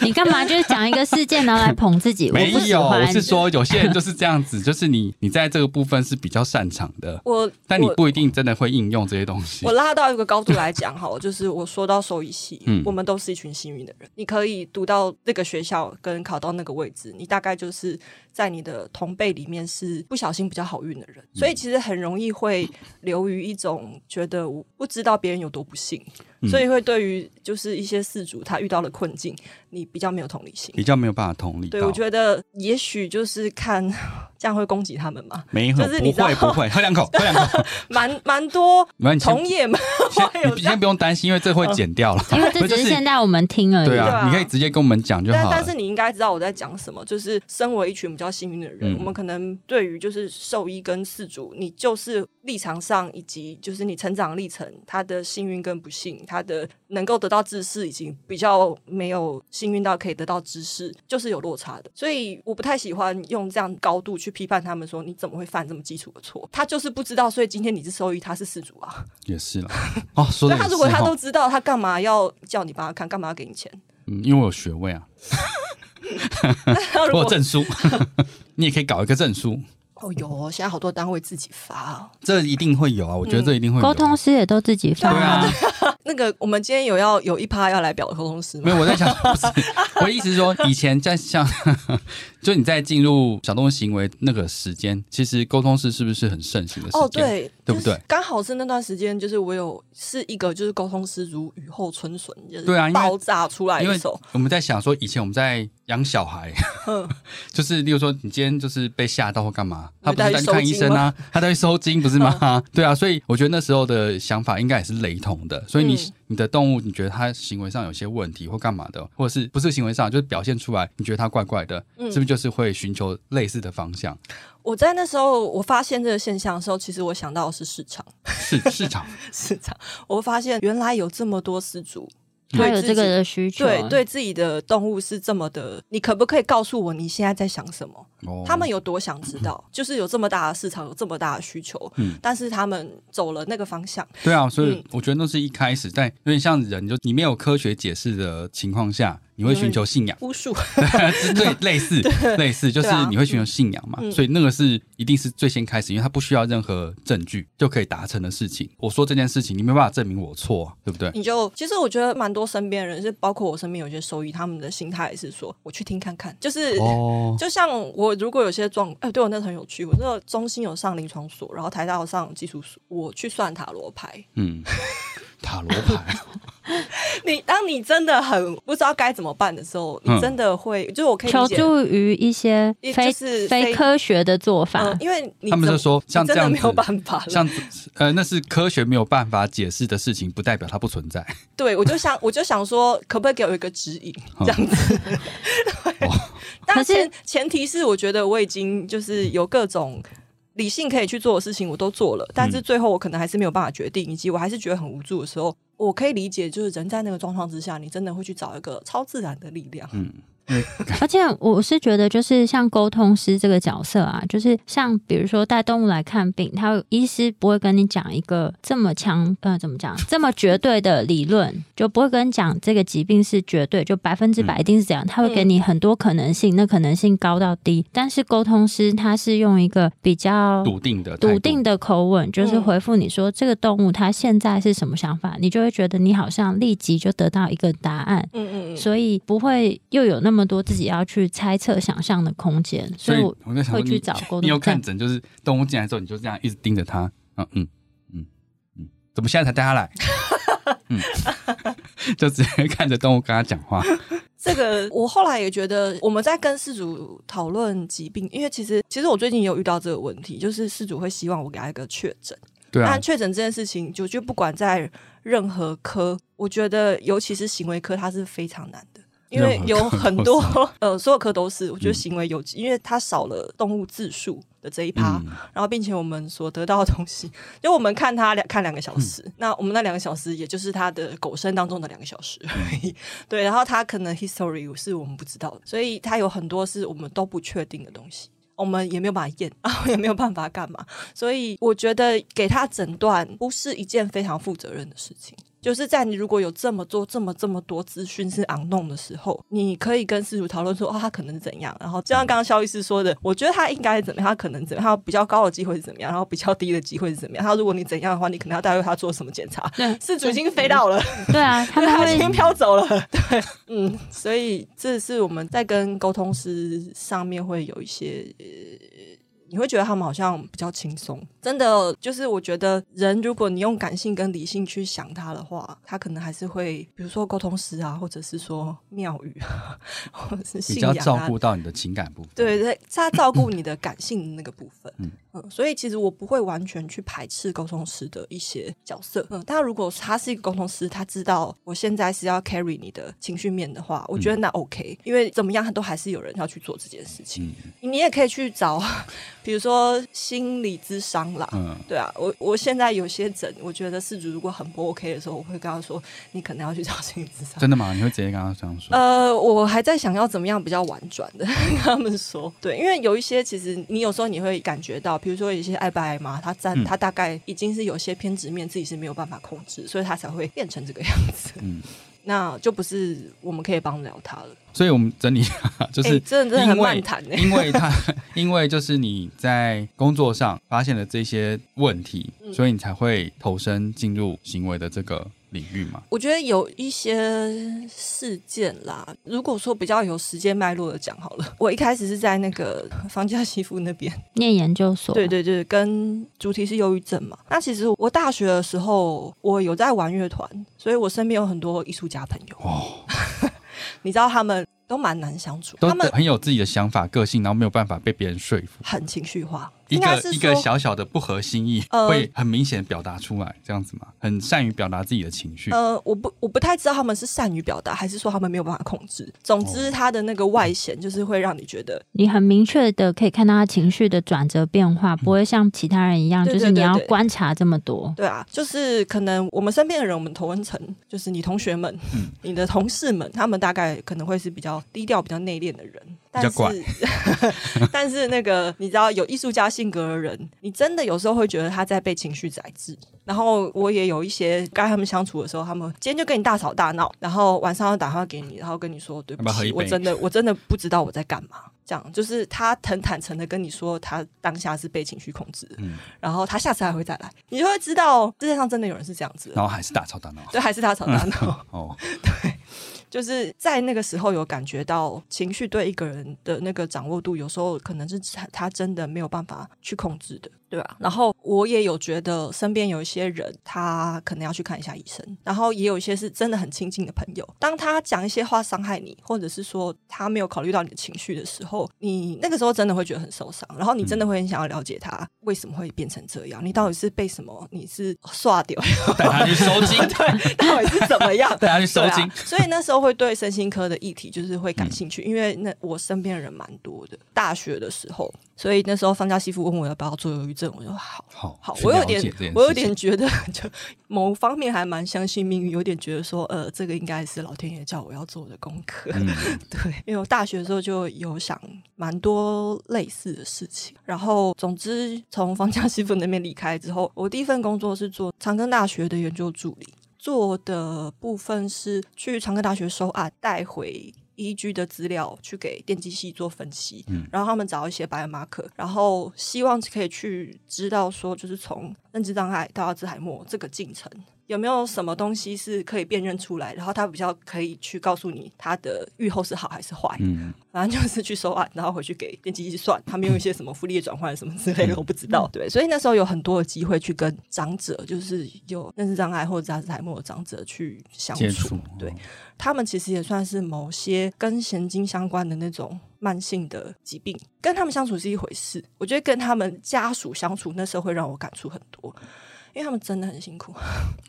A: 你干嘛就是讲一个事件然后来捧自己？我
B: 没
A: 不喜
B: 有，我
A: 欢。
B: 是说有些人就是这样
C: [laughs]
B: 子，就是你你在这个部分是比较擅长的，
C: 我
B: 但你
C: 我
B: 不一定真的会应用这些东西
C: 我。拉到一个高度来讲哈， [laughs] 就是我说到兽医系，
B: 嗯
C: 我们都是一群幸运的人。你可以读到那个学校跟考到那个位置，你大概就是在你的同辈里面是不小心比较好运的人，
B: 嗯
C: 所以其实很容易会流于一种觉得我不知道别人有多不幸，
B: 嗯
C: 所以会对于就是一些事主他遇到了困境，你比较没有同理心。
B: 比较没有办法同理到。
C: 对，我觉得也许就是看 [laughs] 这样会攻击他们嘛，
B: 没有，
C: 就是
B: 不
C: 你知道 [laughs]
B: 会不会，喝两口，喝两口。
C: 蛮蛮多
B: 没关系，
C: 同业们 [laughs] 会有
B: 你
C: 这
B: 先
C: 样
B: 不用担心，因为这会剪掉了。
A: 因为这只是现在我们听而已。
B: 对
C: [laughs] 对
B: 啊，
C: 啊
B: 你可以直接跟我们讲就
C: 但
B: 好
C: 但
B: 了
C: 是。你应该知道我在讲什么，就是身为一群比较幸运的人，
B: 嗯
C: 我们可能对于就是兽医跟饲主，你就是立场上以及就是你成长历程，他的幸运跟不幸，他的能够得到知识，以及比较没有幸运到可以得到知识，就是有落差的。所以我不太喜欢用这样高度去批判他们说你怎么会犯这么基础的错，他就是不知道，所以今天你是兽医，他是饲主啊。
B: 也是
C: [laughs]
B: 了。哦，说的也
C: 那他
B: 是
C: 如果他都
B: 哈，
C: 知道，他干嘛要叫你帮他看，干嘛要给你钱？ [laughs]
B: 嗯，因为我有学位啊，
C: 那如
B: 我
C: 果
B: 有证书， [laughs] 你也可以搞一个证书，
C: 哦有，现在好多单位自己发、哦。
B: 这一定会有啊，我觉得这一定会有啊。
A: 沟通师也都自己发、
B: 对啊，
C: 那个我们今天有要有一趴要来表沟通师
B: 没
C: 吗？
B: 有，我在想，不是，我意思是说，以前在像，就你在进入小动物行为那个时间，其实沟通是是不是很盛行的时间？
C: 哦，，对，
B: 对不对
C: 就是刚好是那段时间，就是我有是一个就是沟通师如雨后春笋，就是
B: 对啊因为
C: 爆炸出来
B: 因
C: 的
B: 为
C: 时候，
B: 我们在想说，以前我们在养小孩，
C: 嗯，
B: 就是例如说，你今天就是被吓到或干嘛，他
C: 你会
B: 不是带
C: 带
B: 你
C: 去
B: 看医
C: 收
B: 生
C: 金嗯
B: 啊，
C: [laughs]
B: 他带去收金不是吗？ [laughs] 对啊，所以我觉得那时候的想法应该也是雷同的。所以你、
C: 嗯
B: 你的动物，你觉得它行为上有些问题或干嘛的，或者是不是行为上，就是表现出来，你觉得它怪怪的，
C: 嗯
B: 是不是就是会寻求类似的方向？
C: 我在那时候我发现这个现象的时候，其实我想到的是市场， [laughs]
B: [laughs] 市市场
C: 市场，我发现原来有这么多失主，
B: 嗯
A: 他有
C: 对自
A: 这个
C: 己
A: 的需求，
B: 啊
C: 对对自己的动物是这么的，你可不可以告诉我你现在在想什么？
B: 哦，
C: 他们有多想知道？就是有这么大的市场，有这么大的需求，
B: 嗯
C: 但是他们走了那个方向，
B: 对啊，所以
C: 嗯
B: 我觉得那是一开始在有点像人，就你没有科学解释的情况下，你会寻求信
C: [laughs]
B: 仰，
C: 巫术
B: 对，类似类似，就是
C: 对啊
B: 你会寻求信仰嘛，
C: 嗯
B: 所以那个是一定是最先开始，因为它不需要任何证据就可以达成的事情。我说这件事情，你没办法证明我错啊，对不对？
C: 你就其实我觉得蛮多身边人是，包括我身边有些兽医，他们的心态也是说，我去听看看，就是。
B: 哦，
C: 就像我如果有些状，哎、对我那很有趣。我那个中心有上临床所，然后台大有上技术所，我去算塔罗牌。 [laughs]
B: 嗯，塔罗牌，
C: 你当你真的很不知道该怎么办的时候，
B: 嗯
C: 你真的会，就是我可以理
A: 求
C: 解
A: 助于一些
C: 也
A: 非、
C: 就是
A: 非
C: 非
A: 科学的做法。
C: 嗯，因为 [laughs] 你
B: 他们就
C: 怎么
B: 说
C: 你
B: 像这
C: 真的
B: 样
C: 没有
B: 子
C: 办法了。
B: 像呃，那是科学没有办法解释的事情，不代表它不存在。
C: 对，我就想，我就想说，可不可以给我一个指引这样子？对
B: 哇
C: [laughs] 但
A: 可是
C: 前前提是，我觉得我已经就是有各种。理性可以去做的事情我都做了，但是最后我可能还是没有办法决定，以及我还是觉得很无助的时候，我可以理解，就是人在那个状况之下，你真的会去找一个超自然的力量。
A: 而且我是觉得，就是像沟通师这个角色啊，就是像比如说带动物来看病，他医师不会跟你讲一个这么强呃怎么讲这么绝对的理论，就不会跟你讲这个疾病是绝对，就百分之
B: 嗯
A: 百一定是这样，他会给你很多可能性，那可能性高到低。但是沟通师他是用一个比较
B: 笃定的，
A: 笃定
B: 的，
A: 的口吻，就是
C: 嗯
A: 回复你说、这个动物它现在是什么想法，你就会觉得你好像立即就得到一个答案，
C: 嗯嗯嗯，
A: 所以不会又有那么多自己要去猜测、想象的空间。所
B: 所以
A: 以我
B: 我在想
A: 会
B: 说
A: 去
B: 你
A: 找
C: 哦
A: 沟
B: 你有
A: 通站
B: 看诊，就是动物进来之后，你就这样一直盯着它，嗯嗯嗯嗯，怎么现在才带它
C: [laughs]
B: 来？嗯， [laughs] 就直接看着动物跟它讲话。
C: 这个我后来也觉得，我们在跟事主讨论疾病，因为其实其实我最近也有遇到这个问题，就是事主会希望我给他一个确诊。
B: 对啊
C: 但，确诊这件事情，就就不管在任何科，我觉得尤其是行为科，它是非常难的。因为
B: 任何科都
C: 有
B: 是
C: 很多 [laughs] 呃，所有科都是，我觉得
B: 嗯
C: 行为有机，因为它少了动物自数的这一趴，
B: 嗯
C: 然后并且我们所得到的东西，就我们看它两看两个小时，那我们那两个小时也就是它的狗生当中的两个小时而已， [laughs] 对，然后它可能 history 是我们不知道的，所以它有很多是我们都不确定的东西，我们也没有办法验，然后也没有办法干嘛，所以我觉得给他诊断不是一件非常负责任的事情。就是在你如果有这么多、这么这么多资讯是昂弄的时候，你可以跟事主讨论说，哦，他可能是怎样。然后就像刚刚肖医师说的，我觉得他应该是怎么样，他可能怎么样，他比较高的机会是怎么样，然后比较低的机会是怎么样。他如果你怎样的话，你可能要带他做什么检查。
A: 对
C: 事主已经飞到了，
A: 对
B: [laughs]
A: 啊，他
C: 对，
A: 们
C: 他已
A: 会
C: 经飘走了。 [laughs] 对，嗯，所以这是我们在跟沟通师上面会有一些。呃你会觉得他们好像比较轻松，真的就是我觉得人，如果你用感性跟理性去想他的话，他可能还是会，比如说沟通师啊，或者是说庙宇啊，或者是
B: 比
C: 信仰
B: 较
C: 啊，
B: 照顾到你的情感部分。
C: 对对，他照顾你的感性的那个部分，
B: 嗯
C: 嗯所以其实我不会完全去排斥沟通师的一些角色，嗯，但如果他是一个沟通师，他知道我现在是要 carry 你的情绪面的话，我觉得那 OK，、因为怎么样都还是有人要去做这件事
B: 嗯
C: 情，你也可以去找， [laughs] 比如说心理咨商啦，
B: 嗯，
C: 对啊，我我现在有些诊，我觉得事主如果很不 OK 的时候，我会跟他说，你可能要去找心理咨商。
B: 真的吗？你会直接跟他这样说？
C: 呃，我还在想要怎么样比较婉转的 [laughs] 跟他们说，对，因为有一些其实你有时候你会感觉到，比如说有一些爱不爱妈，他在
B: 嗯
C: 他大概已经是有些偏执面，自己是没有办法控制，所以他才会变成这个样子。
B: 嗯
C: [laughs] 那就不是我们可以帮得了他了，
B: 所以我们整理 [laughs] 一下，就是、
C: 哎真的真的很
B: 因为
C: 漫谈哎
B: 因为他，因为就是你在工作
C: 嗯
B: 上发现了这些问题，所以你才会投身进入行为的这个领域吗？
C: 我觉得有一些事件啦，如果说比较有时间脉络的讲好了，我一开始是在那个房价媳妇那边，
A: 念研究所，
C: 对，对对，跟主题是忧郁症嘛。那其实我大学的时候，我有在玩乐团，所以我身边有很多艺术家朋友，
B: 哦，
C: [laughs] 你知道他们都蛮难相处，
B: 都
C: 他们
B: 很有自己的想法、个性，然后没有办法被别人说服。
C: 很情绪化，
B: 一
C: 应该
B: 个
C: 是
B: 一个
C: 说
B: 小小的不合心意，
C: 呃
B: 会很明显表达出来，这样子嘛，很善于表达自己的情绪。
C: 呃，我不我不太知道他们是善于表达，还是说他们没有办法控制。总之，
B: 哦
C: 他的那个外显就是会让你觉得，
A: 你很明确的可以看到他情绪的转折变化，不会像其他人一样，
C: 对
A: 就是
C: 对
A: 你
C: 对
A: 要
C: 对
A: 观察这么多。
C: 对啊，就是可能我们身边的人，我们同温层，就是你同学们、
B: 嗯
C: 你的同事们，他们大概可能会是比较低调、比较内敛的人。但
B: 较
C: 是，
B: 怪
C: 但是 [laughs] 那个你知道有艺术家性格的人，你真的有时候会觉得他在被情绪宰制。然后我也有一些跟他们相处的时候，他们今天就跟你大吵大闹，然后晚上要打电话给你，然后跟你说对不
B: 要不要喝
C: 起，
B: 一杯
C: 我真的我真的不知道我在干嘛。这样就是他很坦诚的跟你说，他当下是被情绪控制的，
B: 嗯
C: 然后他下次还会再来，你就会知道世界上真的有人是这样子的。
B: 然后还是大吵大闹。
C: 对，还是他吵大闹，
B: 哦，
C: 就是在那个时候有感觉到情绪对一个人的那个掌握度，有时候可能是他他真的没有办法去控制的，对吧、然后我也有觉得身边有一些人，他可能要去看一下医生，然后也有一些是真的很亲近的朋友，当他讲一些话伤害你，或者是说他没有考虑到你的情绪的时候，你那个时候真的会觉得很受伤，然后你真的会很想要了解他为什么会变成这样，你到底是被什么，你是刷掉。
B: 带他去收
C: [laughs]
B: 金，
C: 到底是怎么样？
B: 带他去收
C: 对
B: 金
C: 啊。所以那时候会对身心科的议题就是会感兴趣，因为那我身边的人蛮多的。大学的时候，所以那时候方家西夫问我要不要做忧郁症，我说好。
B: 好
C: 好，
B: 去
C: 我有
B: 了解
C: 点
B: 这件，
C: 我有
B: 事情
C: 点觉得，就某方面还蛮相信命运，有点觉得说，呃，这个应该是老天爷叫我要做的功课。
B: 嗯，
C: [laughs] 对，因为我大学的时候就有想蛮多类似的事情，然后总之从方家师傅那边离开之后，我第一份工作是做长庚大学的研究助理，做的部分是去长庚大学收案，带回。依据的资料去给电机系做分析，
B: 嗯
C: 然后他们找一些 biomarker，然后希望可以去知道说，就是从认知障碍到阿兹海默这个进程，有没有什么东西是可以辨认出来，然后他比较可以去告诉你他的预后是好还是坏。
B: 嗯，
C: 反正就是去收案，然后回去给电机去算，他们用一些什么复利的转换什么之
B: [laughs]
C: 类的，我不
B: 嗯
C: 知道。对，所以那时候有很多的机会去跟长者，就是有认知障碍或者阿兹海默的长者去相
B: 接
C: 处
B: 触。哦
C: 对，他们其实也算是某些跟神经相关的那种慢性的疾病，跟他们相处是一回事。我觉得跟他们家属相处，那时候会让我感触很多，因为他们真的很辛苦。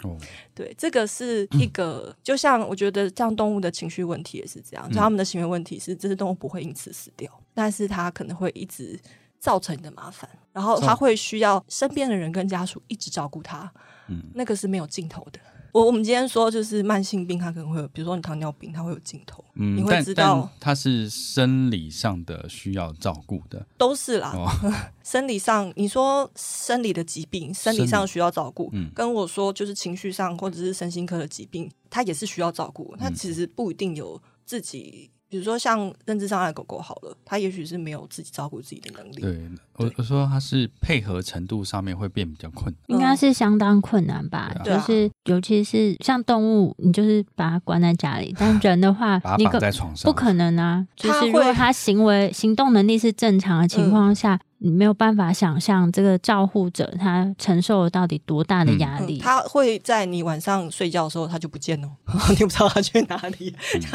B: 哦，
C: 对，这个是一个，
B: 嗯
C: 就像我觉得像动物的情绪问题也是这样，就他
B: 嗯
C: 们的行为问题是这只动物不会因此死掉，但是它可能会一直造成你的麻烦，然后它
B: 造
C: 会需要身边的人跟家属一直照顾它，
B: 嗯，
C: 那个是没有尽头的。我我们今天说就是慢性病，它可能会有，比如说你糖尿病，它会有尽头，
B: 嗯
C: 你，会
B: 但
C: 知
B: 但
C: 道
B: 他是生理上的需要照顾的，
C: 都是啦。
B: 哦
C: [laughs] 生理上，你说生理的疾病，生理上需要照顾，
B: 嗯
C: 跟我说就是情绪上或者是身心科的疾病，它也是需要照顾。它其实不一定有自己，比如说像认知障碍的狗狗好了，它也许是没有自己照顾自己的能力。
B: 对，我我说他是配合程度上面会变比较困
A: 应
B: 难。
A: 该是相当困难吧，
B: 对
C: 嗯啊
A: 就是尤其是像动物，你就是把它关在家里，但人的话
B: 把，
A: 你
B: 他绑
A: 可
B: 在床上，
A: 不可能啊！就
C: 他
A: 是如果
C: 会
A: 他行为行动能力是正常的情况下，你没有办法想象这个照护者他承受了到底多大的压
C: 嗯
A: 力。
C: 它会在你晚上睡觉的时候，它就不见了， [laughs] 你也不知道它去哪里， [laughs]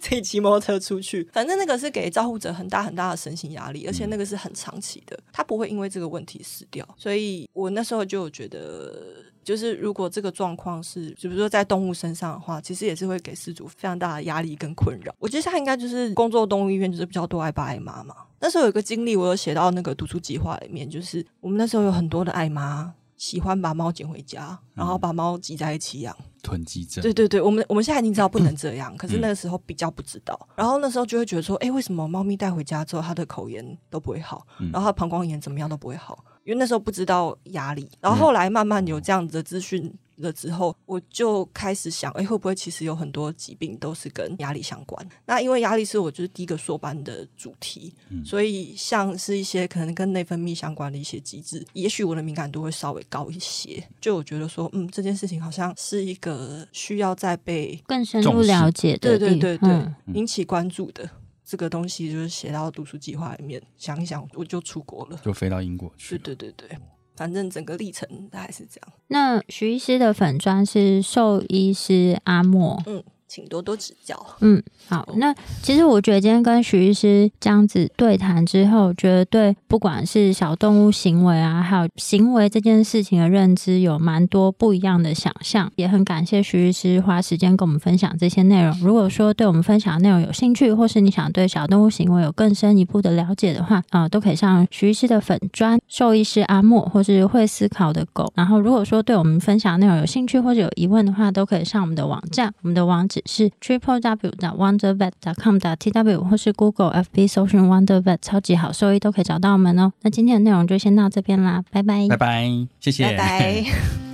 C: 自己骑摩托车出去。反正那个是给照护者很大很大的身心压力，而且那个是很长期的，它不会因为这个问题死掉。所以我那时候就有觉得。就是如果这个状况是，比如说在动物身上的话，其实也是会给饲主非常大的压力跟困扰。我觉得他应该就是工作动物医院，就是比较多爱爸爱妈嘛。那时候有一个经历，我有写到那个读书计划里面，就是我们那时候有很多的爱妈喜欢把猫捡回家，然后把猫挤在一起养。
B: 囤积症，
C: 对对对，我们我们现在已经知道不能这样，可是那个时候比较不知道。然后那时候就会觉得说，哎，为什么猫咪带回家之后，它的口炎都不会好，然后它膀胱炎怎么样都不会好？因为那时候不知道压力。然后后来慢慢有这样子的资讯了之后，我就开始想，哎，会不会其实有很多疾病都是跟压力相关？那因为压力是我就是第一个硕班的主题，所以像是一些可能跟内分泌相关的一些机制，也许我的敏感度会稍微高一些。就我觉得说，嗯，这件事情好像是一个需要再被
A: 更深入了解的
C: 对
A: 地
C: 对
A: 方，
C: 对对，
A: 嗯
C: 引起关注的这个东西，就是写到读书计划里面。想一想，我就出国了。
B: 就飞到英国去
C: 对
B: 了。
C: 对对对，反正整个历程大概是这样。
A: 那徐医师的粉砖是兽医师阿莫。
C: 嗯，请多多指教。
A: 嗯，好，那其实我觉得今天跟徐医师这样子对谈之后，我觉得对不管是小动物行为啊，还有行为这件事情的认知，有蛮多不一样的想象。也很感谢徐医师花时间跟我们分享这些内容。如果说对我们分享的内容有兴趣，或是你想对小动物行为有更深一步的了解的话，啊、都可以上徐医师的粉砖兽医师阿莫，或是会思考的狗。然后，如果说对我们分享的内容有兴趣或者有疑问的话，都可以上我们的网站，我们的网址是 triple w wondervet com t w 或是 Google F B 搜寻 wondervet 超级好兽医都可以找到我们哦。那今天的内容就先到这边啦，拜拜
B: 拜拜，谢谢，
C: 拜拜。